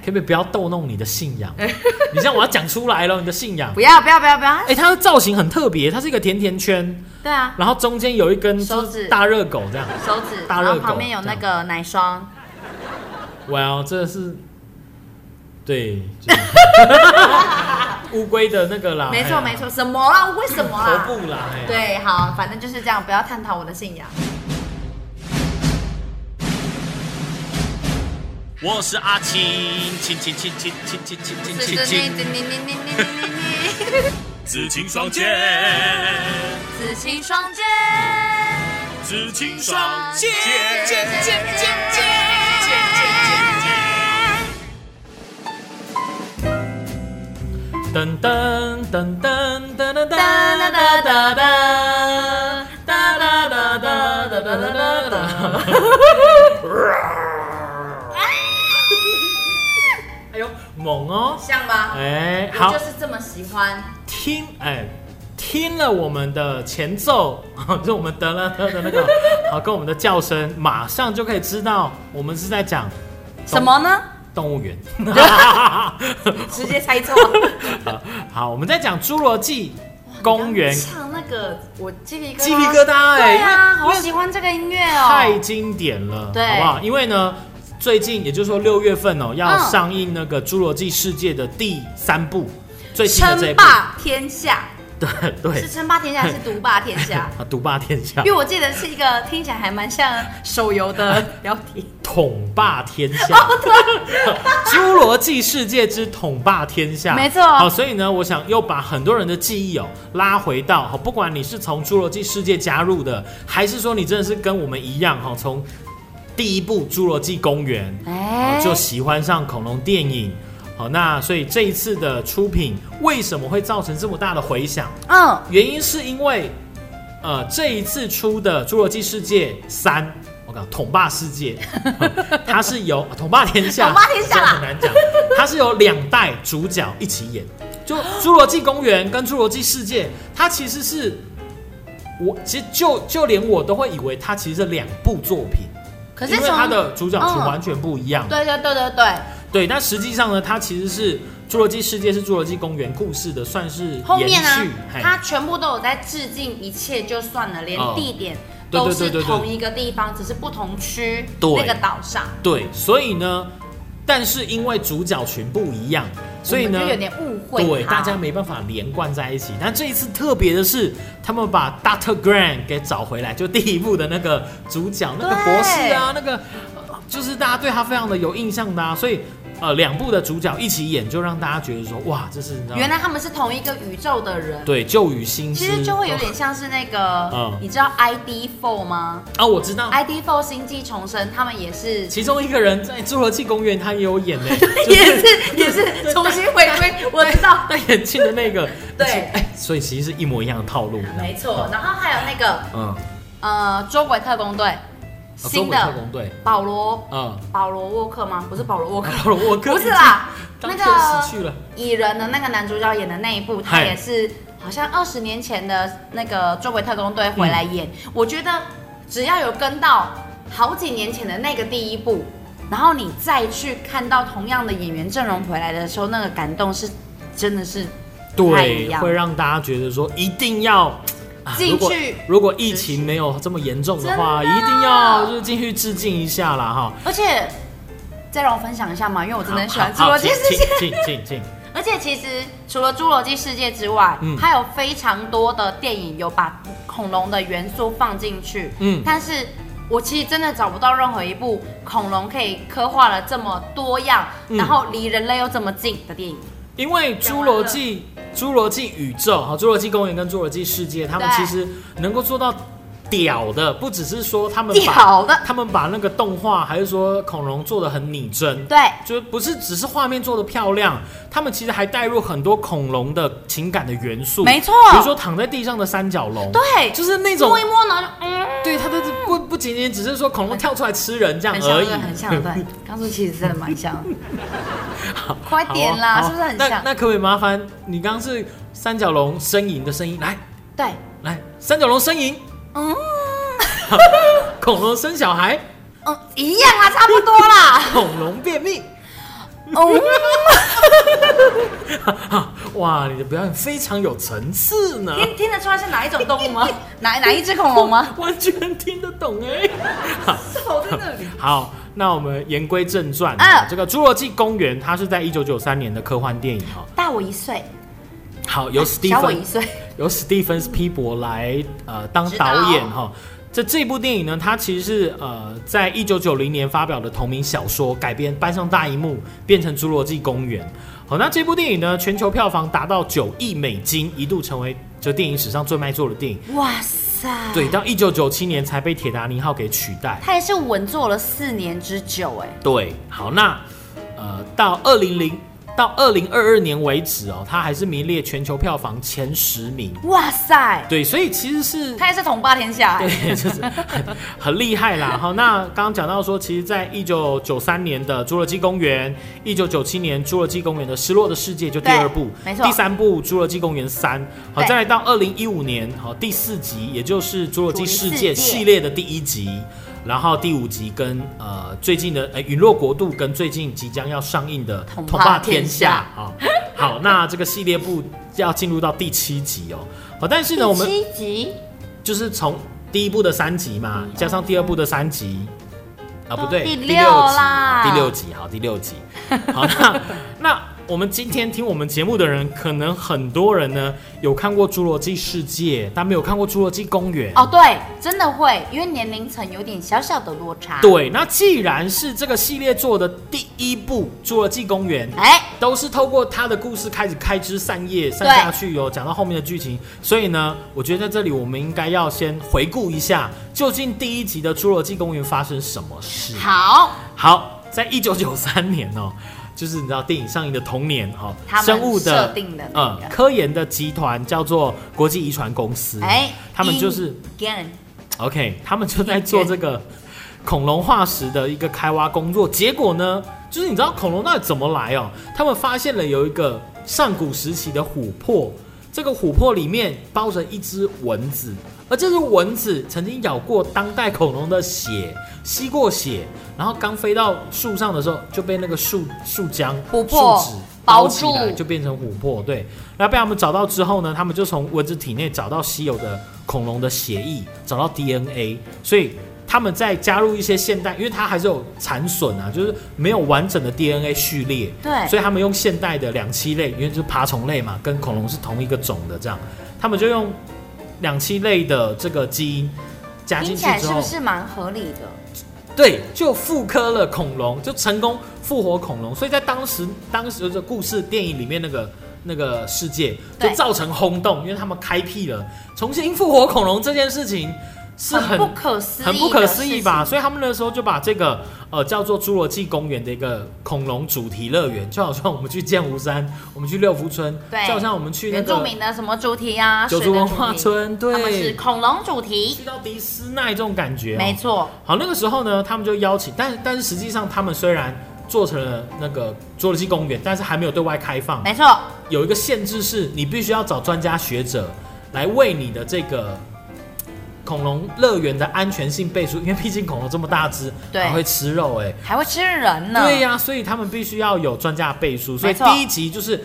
可不可以不要逗弄你的信仰？ 你像我要讲出来了，你的信仰不。要不要不要不要哎、，它的造型很特别，它是一个甜甜圈，对啊，然后中间有一根手就是指大热狗这样。手指，大然热后狗旁边有那个奶霜， Well，这是对， 就是乌龟的那个啦，没错哎呀没，错，什么啦？为什么啦？头部啦，哎呀，对，好，反正就是这样，不要探讨我的信仰。我是阿青，青青青青青青青青青青，你你你你你你，紫青双剑，紫青双剑，紫青剑剑剑剑噔噔噔噔噔噔噔哒哒噔哒哒哒哒哒哒哒哒哒哒哒。哎呦，猛哦！像吧？哎，我好就，是这么喜欢。听，哎，听了我们的前奏， 就是我们得了得的那个，好，跟我们的叫声，马上就可以知道我们是在讲什么呢？动物园。 直接猜错。好，我们在讲《侏罗纪 公园》唱那个，我鸡皮疙瘩鸡皮疙瘩哎对啊，因为好喜欢这个音乐太哦。经典了，对好不好？因为呢，最近也就是说六月份哦，要嗯上映那个《侏罗纪世界》的第三部，最新的这一称部，霸天下对 对是，称霸天下还是独霸天 下？啊，独霸天下因为，我记得是一个听起来还蛮像手游的标 题。统霸天下，哦 侏罗纪世界之统霸天下，没错好，所以呢，我想又把很多人的记忆哦拉回到，好，不管你是从侏罗纪世界加入的，还是说你真的是跟我们一样哈，哦从第一部《侏罗纪公园》哎哦就喜欢上恐龙电影。好，那所以这一次的出品为什么会造成这么大的回响？嗯，原因是因为，呃，这一次出的《侏罗纪世界三》，我讲统霸世界， 它是由啊统霸天下，统霸天下这啦很难讲，它是有两代主角一起演，就《侏罗纪公园》跟《侏罗纪世界》，它其实是我其实就就连我都会以为它其实是两部作品，可是因为它从的主角群嗯完全不一样。对对对对对对，但实际上呢，它其实是《侏罗纪世界》是《侏罗纪公园》故事的算是后延面啊续，，嘿他全部都有在致敬，一切就算了，连哦地点对都对是对对对同一个地方，只是不同区对那个岛上，对，所以呢，但是因为主角群不一样，所以我们呢就，有点误会，对大家没办法连贯在一起。但这一次特别的是，他们把 Doctor Grant 给找回来，就第一部的那个主角，那个对博士啊，那个呃就是大家对他非常的有印象的、啊，所以呃，两部的主角一起演，就让大家觉得说，哇，这是你知道原来他们是同一个宇宙的人。嗯对旧与新其知，实就会有点像是那个，嗯你知道 ID Four 吗啊，我知道。 ？ID Four 星际重生，他们 也是其中一个人在《侏罗纪公园》，他也有演呢、 也是也是重新回归，我知道，戴眼镜的那个，对哎，所以其实是一模一样的套路，没错。然后还有那个嗯，呃，捉鬼特工队，哦新中国特的工队，保罗嗯，保罗沃克吗？不是保罗沃克，我不是，啦，哦 当那天个失去了，蚁人的那个男主角演的那一部，他嗨也是好像二十年前的那个《捉鬼特工队》回来演。嗯我觉得只要有跟到好几年前的那个第一部，然后你再去看到同样的演员阵容回来的时候，那个感动是真的是不太一对，样会让大家觉得说一定要。啊进如果去如果疫情没有这么严重的话，真的啊一定要就是进去致敬一下啦哈。而且再让我分享一下嘛，因为我真的很喜欢《好侏好罗纪世界》。请请请请，而且其实除了《侏罗纪世界》之外，嗯它有非常多的电影有把恐龙的元素放进去。嗯但是我其实真的找不到任何一部恐龙可以刻画了这么多样，嗯然后离人类又这么近的电影。因为侏罗纪侏罗纪宇宙哈，侏罗纪公园跟侏罗纪世界，他们对其实能够做到屌的，不只是说他们把屌的，他们把那个动画还是说恐龙做的很拟真，对，就是不是只是画面做的漂亮，他们其实还带入很多恐龙的情感的元素，没错比如说躺在地上的三角龙，对就是那种摸一摸呢，然后就嗯，对它的不不仅仅只是说恐龙跳出来吃人这样很像，而已对，，很像，哎对。刚说其实真的蛮像 的。快好啊点啦，好啊是不是很那像？那可不可以麻烦你刚刚是三角龙呻吟的声音，来对，来，三角龙呻吟，嗯恐龙生小孩， 嗯，一样啊，差不多啦。恐龙便秘，哦，哇，你的表演非常有层次 呢，听听得出来是哪一种动 物吗？哪哪一只恐龙吗？完全听得懂哎。手在那里。好，那我们言归正传啊，这个《侏罗纪公园》它是在一九九三年的科幻电影哈。大我一岁，好，由史蒂哎小我芬一岁。由史蒂芬斯皮伯来呃当指导导演哈。这这部电影呢，它其实是呃，在一九九零年发表的同名小说改编，搬上大荧幕，变成《侏罗纪公园》。好，那这部电影呢，全球票房达到九亿美金，一度成为这电影史上最卖座的电影。哇塞！对，，到一九九七年才被《铁达尼号》给取代。他也是稳坐了四年之久，哎，对，好，那呃，到二零零到二零二二年为止哦，它还是名列全球票房前十名。哇塞！对，所以其实是他也是统霸天下，哎，对， 就是很很厉害啦。好，那刚刚讲到说，其实，在一九九三年的《侏罗纪公园》，一九九七年《侏罗纪公园的失落的世界》就第对二部，没错第三部《侏罗纪公园三》，好，对再来到二零一五年，好，第四集，也就是《侏罗纪世侏罗纪界世》界系列的第一集。然后第五集跟呃最近的呃陨落国度跟最近即将要上映的统统霸霸天天下啊、好，好，那这个系列部要进入到第七集哦。好，但是呢，我们第七集就是从第一部的三集嘛，加上第二部的三集，啊，不对，嗯哦第第六六集啦第六集，好，第六集， 好，那那我们今天听我们节目的人，可能很多人呢有看过《侏罗纪世界》，但没有看过《侏罗纪公园》哦，。对，真的会，因为年龄层有点小小的落差。，对，那既然是这个系列做的第一部《侏罗纪公园》，哎，都是透过他的故事开始开枝散叶散下去哦，讲到后面的剧情。所以呢，我觉得在这里我们应该要先回顾一下，究竟第一集的《侏罗纪公园》发生什么事。好，好，在一九九三年哦， 就是你知道电影上映的同年哦他，们生物设的定的那呃个科研的集团叫做国际遗传公司，哎，他们就是 again， OK，他们就在做这个恐龙化石的一个开挖工作。结果呢，就是你知道恐龙到底怎么来哦？他们发现了有一个上古时期的琥珀，这个琥珀里面包着一只蚊子，而这只蚊子曾经咬过当代恐龙的血，吸过血，然后刚飞到树上的时候就被那个树树浆、琥珀树脂包包起来，住就变成琥珀。对，然后被他们找到之后呢，他们就从蚊子体内找到稀有的恐龙的血液，找到 DNA，所以他们再加入一些现代，因为它还是有残损啊，就是没有完整的 DNA 序列，对所以他们用现代的两栖类，因为就是爬虫类嘛，跟恐龙是同一个种的，这样，他们就用两栖类的这个基因加听进起去来之是后不，是蛮合理的？对，就复刻了恐龙，就成功复活恐龙，所以在当时当时的故事电影里面那个那个世界就对造成轰动，因为他们开辟了重新复活恐龙这件事情是很不可思议，很不可思议？吧？所以他们那时候就把这个呃叫做《侏罗纪公园》的一个恐龙主题乐园，就好像我们去剑湖山，我们去六福村，对就好像我们去那原住个民的什么主题啊？九水族的文主化题，村，他们是对，恐龙主题，去到迪斯奈这种感觉、哦，没错，好，那个时候呢，他们就邀请，但但是实际上他们虽然做成了那个侏罗纪公园，但是还没有对外开放。没错，有一个限制是，你必须要找专家学者来为你的这个恐龙乐园的安全性背书，因为毕竟恐龙这么大只，对还会吃肉、欸，还会吃人呢。对呀、所以他们必须要有专家的背书。所以没错第一集就是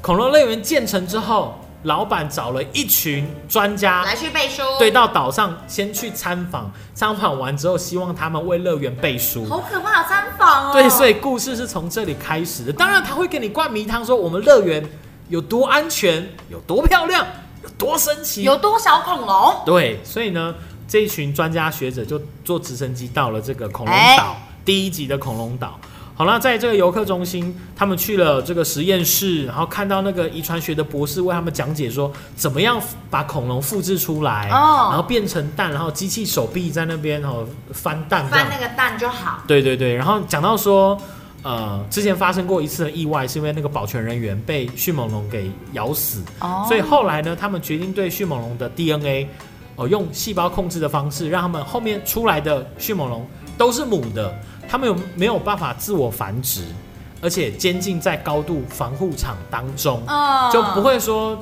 恐龙乐园建成之后，老板找了一群专家来去背书，对，到岛上先去参访，参访完之后，希望他们为乐园背书。好可怕的参访哦。对，所以以故事是从这里开始的。当然，他会给你灌迷汤，说我们乐园有多安全，有多漂亮，有多神奇。有多少恐龙？对，所以呢，这一群专家学者就坐直升机到了这个恐龙哎岛、第一集的恐龙岛。好了，在这个游客中心，他们去了这个实验室，然后看到那个遗传学的博士为他们讲解说，怎么样把恐龙复制出来，哦然后变成蛋，然后机器手臂在那边哦翻蛋这样翻。那个蛋就好。对对对，然后讲到说，呃，之前发生过一次的意外，是因为那个保全人员被迅猛龙给咬死，哦所以后来呢，他们决定对迅猛龙的 DNA，呃，用细胞控制的方式，让他们后面出来的迅猛龙都是母的，他们有没有办法自我繁殖，而且监禁在高度防护场当中，嗯就不。会说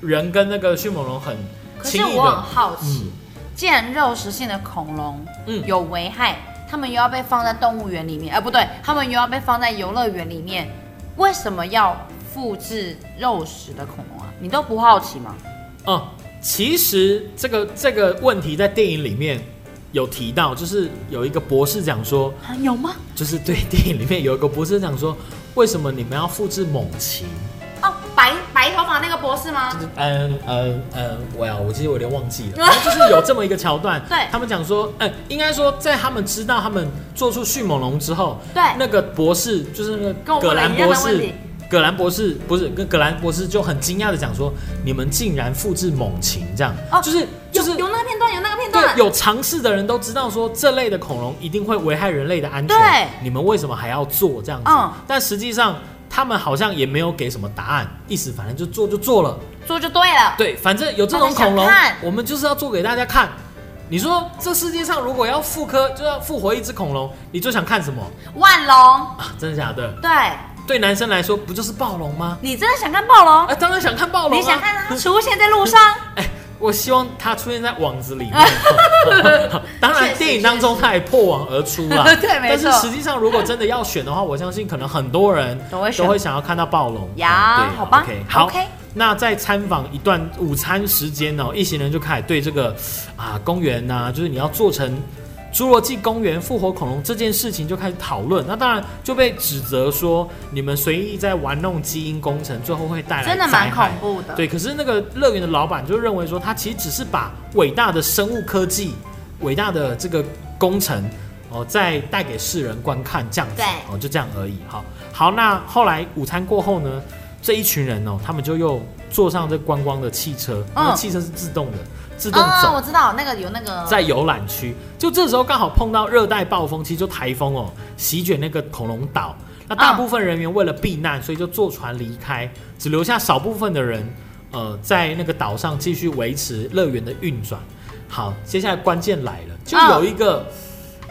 人跟那个迅猛龙很可轻是易我很的，好奇，嗯既然肉食性的恐龙嗯有危害，他们又要被放在动物园里面，呃，不对，他们又要被放在游乐园里面，为什么要复制肉食的恐龙啊？你都不好奇吗？哦、其实这个这个问题在电影里面有提到，就是有一个博士讲说，啊，有吗？就是对电影里面有一个博士讲说，为什么你们要复制猛禽？哦，白白头发那个博士吗？嗯呃呃，我呀，我其实我有点忘记 了，反正就是有这么一个桥段。对他们讲说，呃，应该说在他们知道他们做出迅猛龙之后，对那个博士就是那跟个我问葛了兰一样博的问士题，葛兰博士不是跟葛兰博士就很惊讶的讲说，你们竟然复制猛禽这样，哦就是就是有有那个片段，有那个片对段，有尝试的人都知道说这类的恐龙一定会危害人类的安全，对你们为什么还要做这样子？嗯但实际上他们好像也没有给什么答案，意思反正就做就做了。做就对了。对，反正有这种恐龙大家想看，我们就是要做给大家看。你说这世界上如果要复刻，就要复活一只恐龙，你最想看什么万龙，啊？真的假的？对对男生来说，不就是暴龙吗？你真的想看暴龙？啊，当然想看暴龙、啊。你想看它出现在路上？哎，我希望它出现在网子 里面。 当确然，实电影当中它也破网而出啦。 对没但错是实际上，如果真的要选的话，我相信可能很多人都会选都会想要看到暴龙呀对好吧，OK，好。 OK 那在参访一段午餐时间哦，一行人就开始对这个啊公园呐、就是你要做成侏罗纪公园复活恐龙这件事情就开始讨论。那当然就被指责说你们随意在玩弄基因工程，最后会带来真的蛮灾害恐怖的。对，可是那个乐园的老板就认为说，他其实只是把伟大的生物科技、伟大的这个工程，哦，再带给世人观看这样子对，哦，就这样而已。好，好，那后来午餐过后呢，这一群人哦，他们就又坐上这观光的汽车，那个嗯汽车是自动的，自动啊、走我。知道那个有那个在游览区，就这时候刚好碰到热带暴风，其实就台风哦，席卷那个恐龙岛。那大嗯部分人员为了避难，所以就坐船离开，只留下少部分的人，呃，在那个岛上继续维持乐园的运转。好，接下来关键来了，就嗯有一个、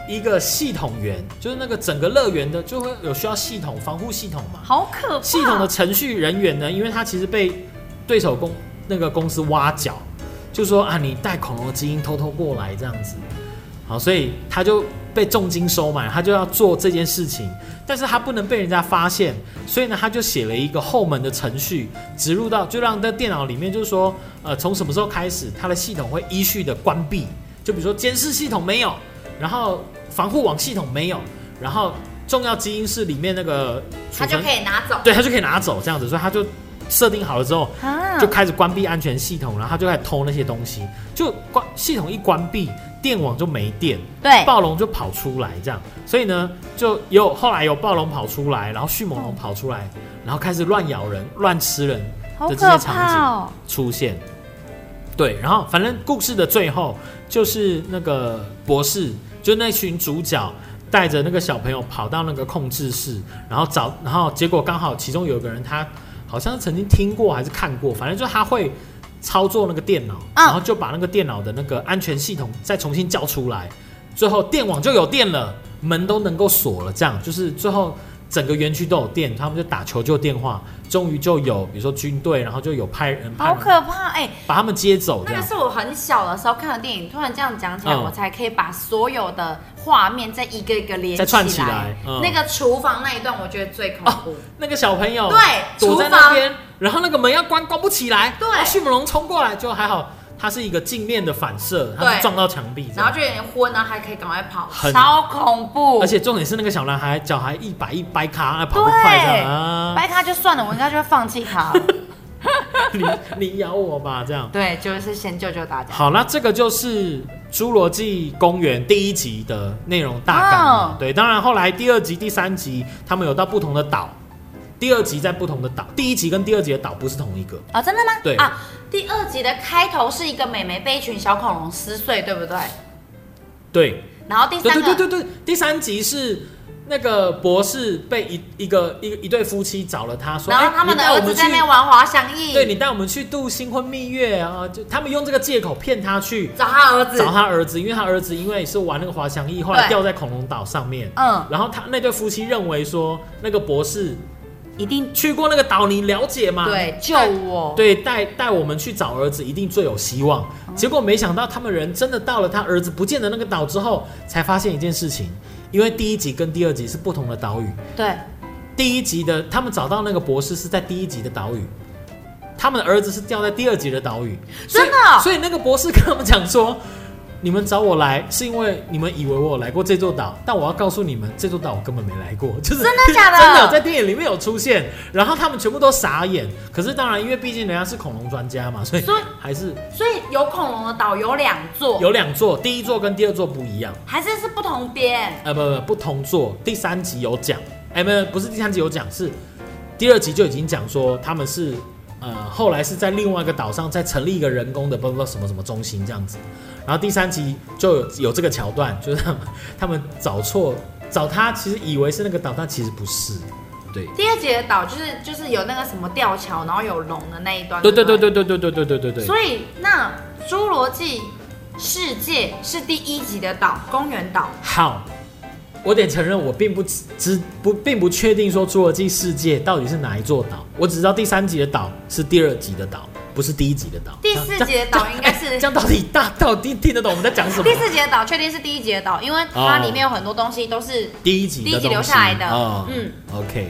一个系统员，就是那个整个乐园的就会有需要系统防护系统嘛，好可怕。系统的程序人员呢，因为他其实被对手公那个公司挖角，就说啊，你带恐龙的基因偷偷过来这样子，好，所以他就被重金收买，他就要做这件事情，但是他不能被人家发现，所以呢，他就写了一个后门的程序，植入到就让在电脑里面，就是说，呃，从什么时候开始，它的系统会依序的关闭，就比如说监视系统没有，然后防护网系统没有，然后重要基因是里面那个储它就存可以拿走。对他就可以拿走这样子，所以他就设定好了之后，啊就开始关闭安全系统，然后他就开始偷那些东西，就关系统一关闭，电网就没电，对暴龙就跑出来这样，所以呢，就有后来有暴龙跑出来，然后迅猛龙跑出来，然后开始乱咬人、乱吃人好的这可些场景怕。哦！出现。对，然后反正故事的最后就是那个博士，就那群主角带着那个小朋友跑到那个控制室，然后找，然后结果刚好其中有个人他好像曾经听过还是看过，反正就他会操作那个电脑，嗯然后就把那个电脑的那个安全系统再重新叫出来，最后电网就有电了，门都能够锁了，这样就是最后整个园区都有电，他们就打求救电话，终于就有比如说军队，然后就有派人派好人可怕哎、把他们接走这那个样。是我很小的时候看的电影，突然这样讲起来，嗯我才可以把所有的画面再一个一个连再串起来来。嗯那个厨房那一段，我觉得最恐怖。那个小朋友对躲在厨那房边，然后那个门要关，关不起来。对然后迅猛龙冲过来，就还好，它是一个镜面的反射，它对是撞到墙壁这样，然后就有点昏，然后还可以赶快跑，很超恐怖。而且重点是那个小男孩脚还一摆一掰卡，啊跑得快这样啊，掰他就算了，我应该就会放弃他。 你 你咬我吧这样。对，就是先救救大家。好，那这个就是《侏罗纪公园》第一集的内容大纲了。哦对，当然后来第二集、第三集他们有到不同的岛，第二集在不同的岛，第一集跟第二集的岛不是同一个。啊、真的吗？对啊，第二集的开头是一个美眉被一群小恐龙撕碎，对不对？对，然后第对三对个，对对对，第三集是。那个博士被一一个一一对夫妻找了他说，然哎后他们你的带我儿们子在那去边玩滑翔翼，对你带我们去度新婚蜜月啊，就他们用这个借口骗他去找他儿子找，他儿子，因为他儿子因为是玩那个滑翔翼，后来对掉在恐龙岛上面，嗯，然后他那对夫妻认为说，那个博士一定去过那个岛，你了解吗？对救带我，对，带带我们去找儿子，一定最有希望。结果没想到，他们人真的到了他儿子不见的那个岛之后，才发现一件事情，因为第一集跟第二集是不同的岛屿。对第一集的他们找到那个博士是在第一集的岛屿，他们的儿子是掉在第二集的岛屿。所以真的哦所以那个博士跟他们讲说。你们找我来是因为你们以为我有来过这座岛，但我要告诉你们，这座岛我根本没来过，就是真的假的 真的在电影里面有出现，然后他们全部都傻眼。可是当然，因为毕竟人家是恐龙专家嘛，所以所以还是所以有恐龙的岛有两座，有两座，第一座跟第二座不一样。还是是不同边呃，不不不同座，第三集有讲，哎、没有，不是第三集有讲，是第二集就已经讲说他们是呃后来是在另外一个岛上再成立一个人工的不知道什么什么中心这样子，然后第三集就有有这个桥段，就是他们他们找错找他，其实以为是那个岛，但其实不是，对。第二节的岛就是就是有那个什么吊桥，然后有龙的那一段。对对不对对对对对对对对对，所以那《侏罗纪世界》是第一集的岛，公园岛。好，我得承认，我并不知知不并不确定说《侏罗纪世界》到底是哪一座岛，我只知道第三集的岛是第二集的岛，不是第一集的岛。第四集的岛应该是这样到底 大到底听得懂我们在讲什么第？四集的岛确定是第一集的岛，因哦为它里面有很多东西都是第一集的第一集留东西下来的哦、嗯，OK，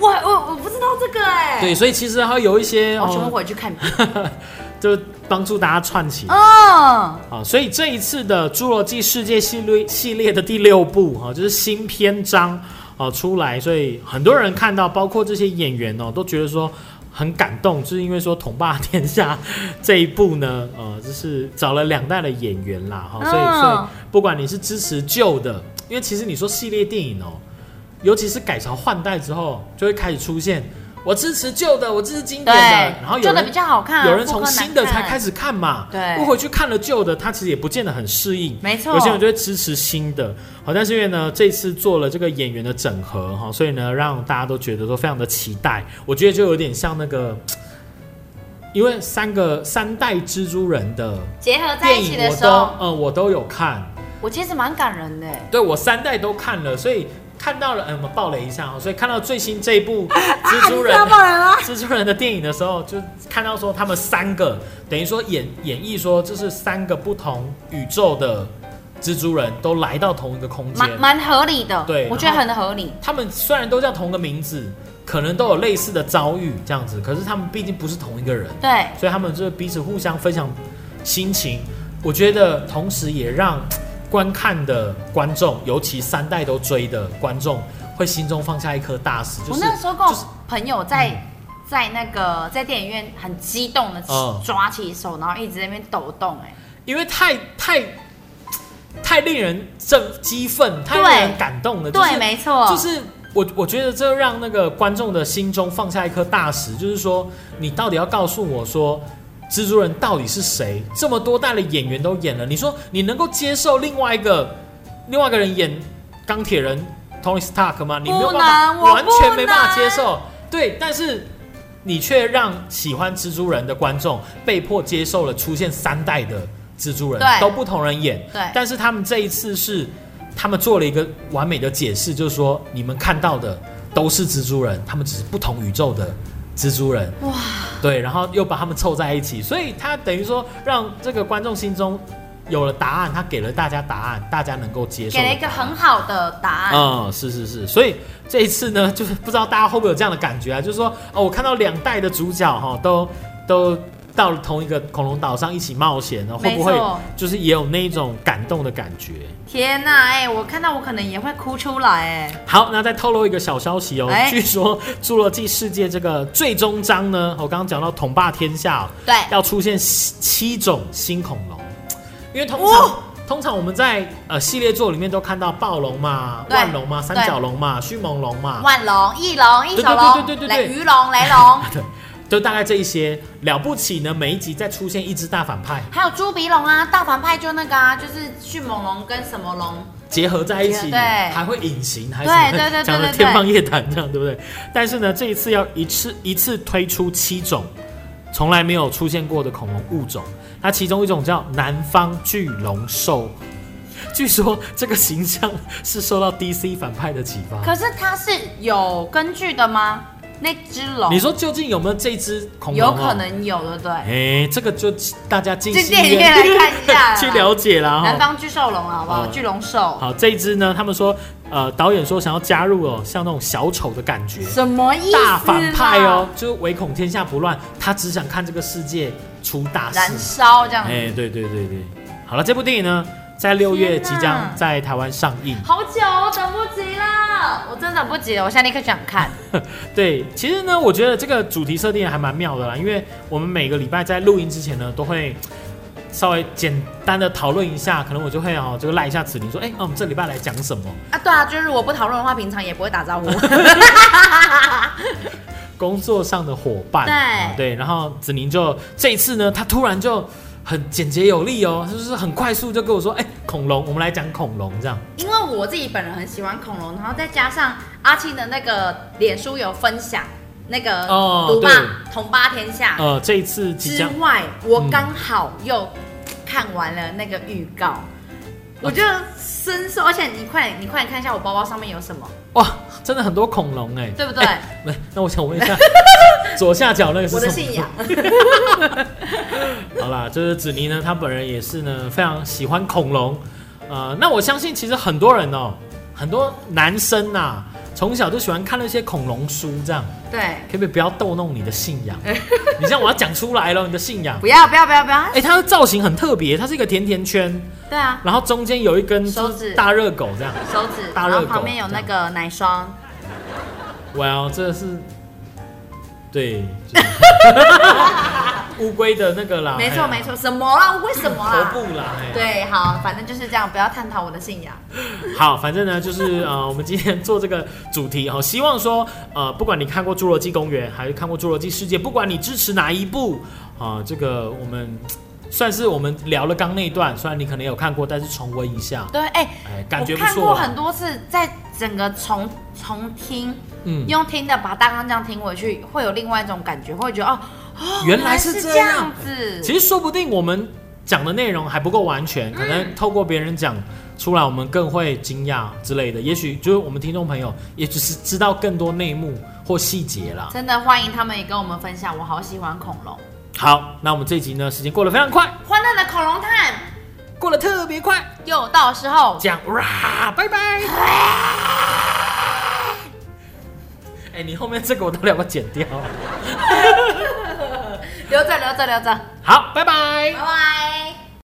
我我我不知道这个哎、对，所以其实还有一些我全部哦，回 去看一遍。就帮助大家串起来。嗯，啊，所以这一次的《侏罗纪世界》系列系列的第六部啊，就是新篇章啊出来，所以很多人看到，包括这些演员哦，都觉得说很感动，就是因为说统霸天下这一部呢，呃，就是找了两代的演员啦，哈、所以所嗯以不管你是支持旧的，因为其实你说系列电影哦，尤其是改朝换代之后，就会开始出现我支持旧的，我支持经典对，的，然后有旧的人比较好看、啊，有人从新的才开始，始看嘛，对不回去看了旧的，他其实也不见得很适应。没错，有些人就会支持新的，好，但是因为呢，这次做了这个演员的整合哈，所以呢，让大家都觉得说非常的期待。我觉得就有点像那个，因为三个三代蜘蛛人的结合在电一起影的我时都候，嗯我都有看，我其实蛮感人的哎、对我三代都看了，所以看到了，嗯，我们爆雷一下哈，所以看到最新这一 部蜘蛛人，人吗？ 蜘蛛人的电影的时候，就看到说他们三个等于说演演绎说，这是三个不同宇宙的蜘蛛人都来到同一个空间蛮。蛮合理的，对我觉得然很合理。他们虽然都叫同个名字，可能都有类似的遭遇这样子，可是他们毕竟不是同一个人，对，所以他们就是彼此互相分享心情。我觉得，同时也让观看的观众，尤其三代都追的观众，会心中放下一颗大石，就我是那时候跟我就是朋友在、在那个在电影院很激动的嗯抓起手，然后一直在那边抖动、哎，因为太太太令人振激愤，太令人感动了。呃就是对，没错，就是我我觉得这让那个观众的心中放下一颗大石，就是说你到底要告诉我说。蜘蛛人到底是谁？这么多代的演员都演了，你说你能够接受另外一个另外一个人演钢铁人 Tony Stark 吗？你没有办不法，能我完全没办法不能接受。对，但是你却让喜欢蜘蛛人的观众被迫接受了出现三代的蜘蛛人，对都不同人演。对但是他们这一次是他们做了一个完美的解释，就是说你们看到的都是蜘蛛人，他们只是不同宇宙的蜘蛛人。哇，对，然后又把他们凑在一起，所以他等于说让这个观众心中有了答案，他给了大家答案，大家能够接受的答案。给了一个很好的答案。嗯，是是是，所以这一次呢，就是不知道大家会不会有这样的感觉啊，就是说，哦，我看到两代的主角哈、都都到了同一个恐龙岛上一起冒险呢，会不会没错就是也有那一种感动的感觉？天呐、哎、我看到我可能也会哭出来、哎，好，那再透露一个小消息哦，哎据说《侏罗纪世界》这个最终章呢，我刚刚讲到统霸天下哦、对，要出现七七种新恐龙，因为通常、哇通常我们在呃系列作里面都看到暴龙嘛、对万龙嘛、三对角龙嘛、迅猛龙嘛，万龙、翼龙、一手对龙、对对对对对雷鱼龙、雷龙， 就大概这一些了不起呢，每一集再出现一只大反派，还有猪鼻龙啊，大反派就那个啊，就是迅猛龙跟什么龙，结合在一起，结对还会隐形，还是 对对对对讲的对对天方夜谭这样，对不对？但是呢，这一次要一次一次推出七种从来没有出现过的恐龙物种，那其中一种叫南方巨龙兽， 据说这个形象是受到 DC 反派的启发。可是它是有根据的吗？那只龙，你说究竟有没有这只恐龙、哦有啊？可。能有，对不对？哎，这个就大家进进戏电影院来看一 下去了解啦。哈。南方巨兽龙好不好？嗯巨龙兽好，这一只呢，他们说，呃，导演说想要加入哦，像那种小丑的感觉，什么意思？啊大反派哦，，就是唯恐天下不乱，他只想看这个世界出大燃事。烧这样子，哎，对对对对，好了，这部电影呢，在六月天哪即将在台湾上映。好久哦，等不及了，我真等不及了，我现在立刻想看。对，其实呢，我觉得这个主题设定还蛮妙的啦，因为我们每个礼拜在录音之前呢，都会稍微简单的讨论一下，可能我就会哦，就赖一下子林说，哎、那、我们这礼拜来讲什么？啊，对啊，就是我不讨论的话，平常也不会打招呼。 工作上的伙伴，对啊对，然后子宁就这一次呢，他突然就很简洁有力哦，就是很快速就跟我说，哎、恐龙，我们来讲恐龙这样，因为我自己本人很喜欢恐龙，然后再加上阿庆的那个脸书有分享那个哦独霸、对统霸天下、呃，这一次即之将嗯外，我刚好又看完了那个预告，我就深受。而且你快点，你快点看一下我包包上面有什么，哇，真的很多恐龙哎、对 不对？喂那我想问一 下，左下角那个是什我么？的信仰。 好啦，就是子妮呢，她本人也是呢非常喜欢恐龙，呃，那我相信其实很多人哦、很多男生呐、从小就喜欢看那些恐龙书，这样对，可不可以不要逗弄你的信 仰？你这样我要讲出来了，你的信仰。不要不要不要不要， 哎、它的造型很特别，它是一个甜甜圈，对啊，然后中间有一根手就是指大热狗这样。手指，大然热狗后旁边有那个奶霜， Well，这是对，就是 乌龟的那个啦，没错哎呀没，错，什么啦？为什么头啦？部啦，哎呀对，好，反正就是这样，不要探讨我的信仰。好，反正呢，就是呃，我们今天做这个主题哈、哦，希望说呃，不管你看过《侏罗纪公园》还是看过《侏罗纪世界》，不管你支持哪一部啊、这个我们算是我们聊了刚那一段，虽然你可能有看过，但是重温一下，对，哎、哎，感觉我不看过错啦。很多次，在整个重重听，嗯，用听的把大纲这样听回去，会有另外一种感觉，会觉得哦，哦原来是原这样子。其实说不定我们讲的内容还不够完全，可能透过别人讲出来，我们更会惊讶之类的。也许就是我们听众朋友，也只是知道更多内幕或细节啦。真的欢迎他们也跟我们分享，我好喜欢恐龙，好，那我们这集呢，时间过得非常快，欢乐的恐龙探过得特别快。又到时候，讲哇，拜拜。哎、你后面这个我到底要不要剪掉？留着留着留着，好，拜拜拜。拜。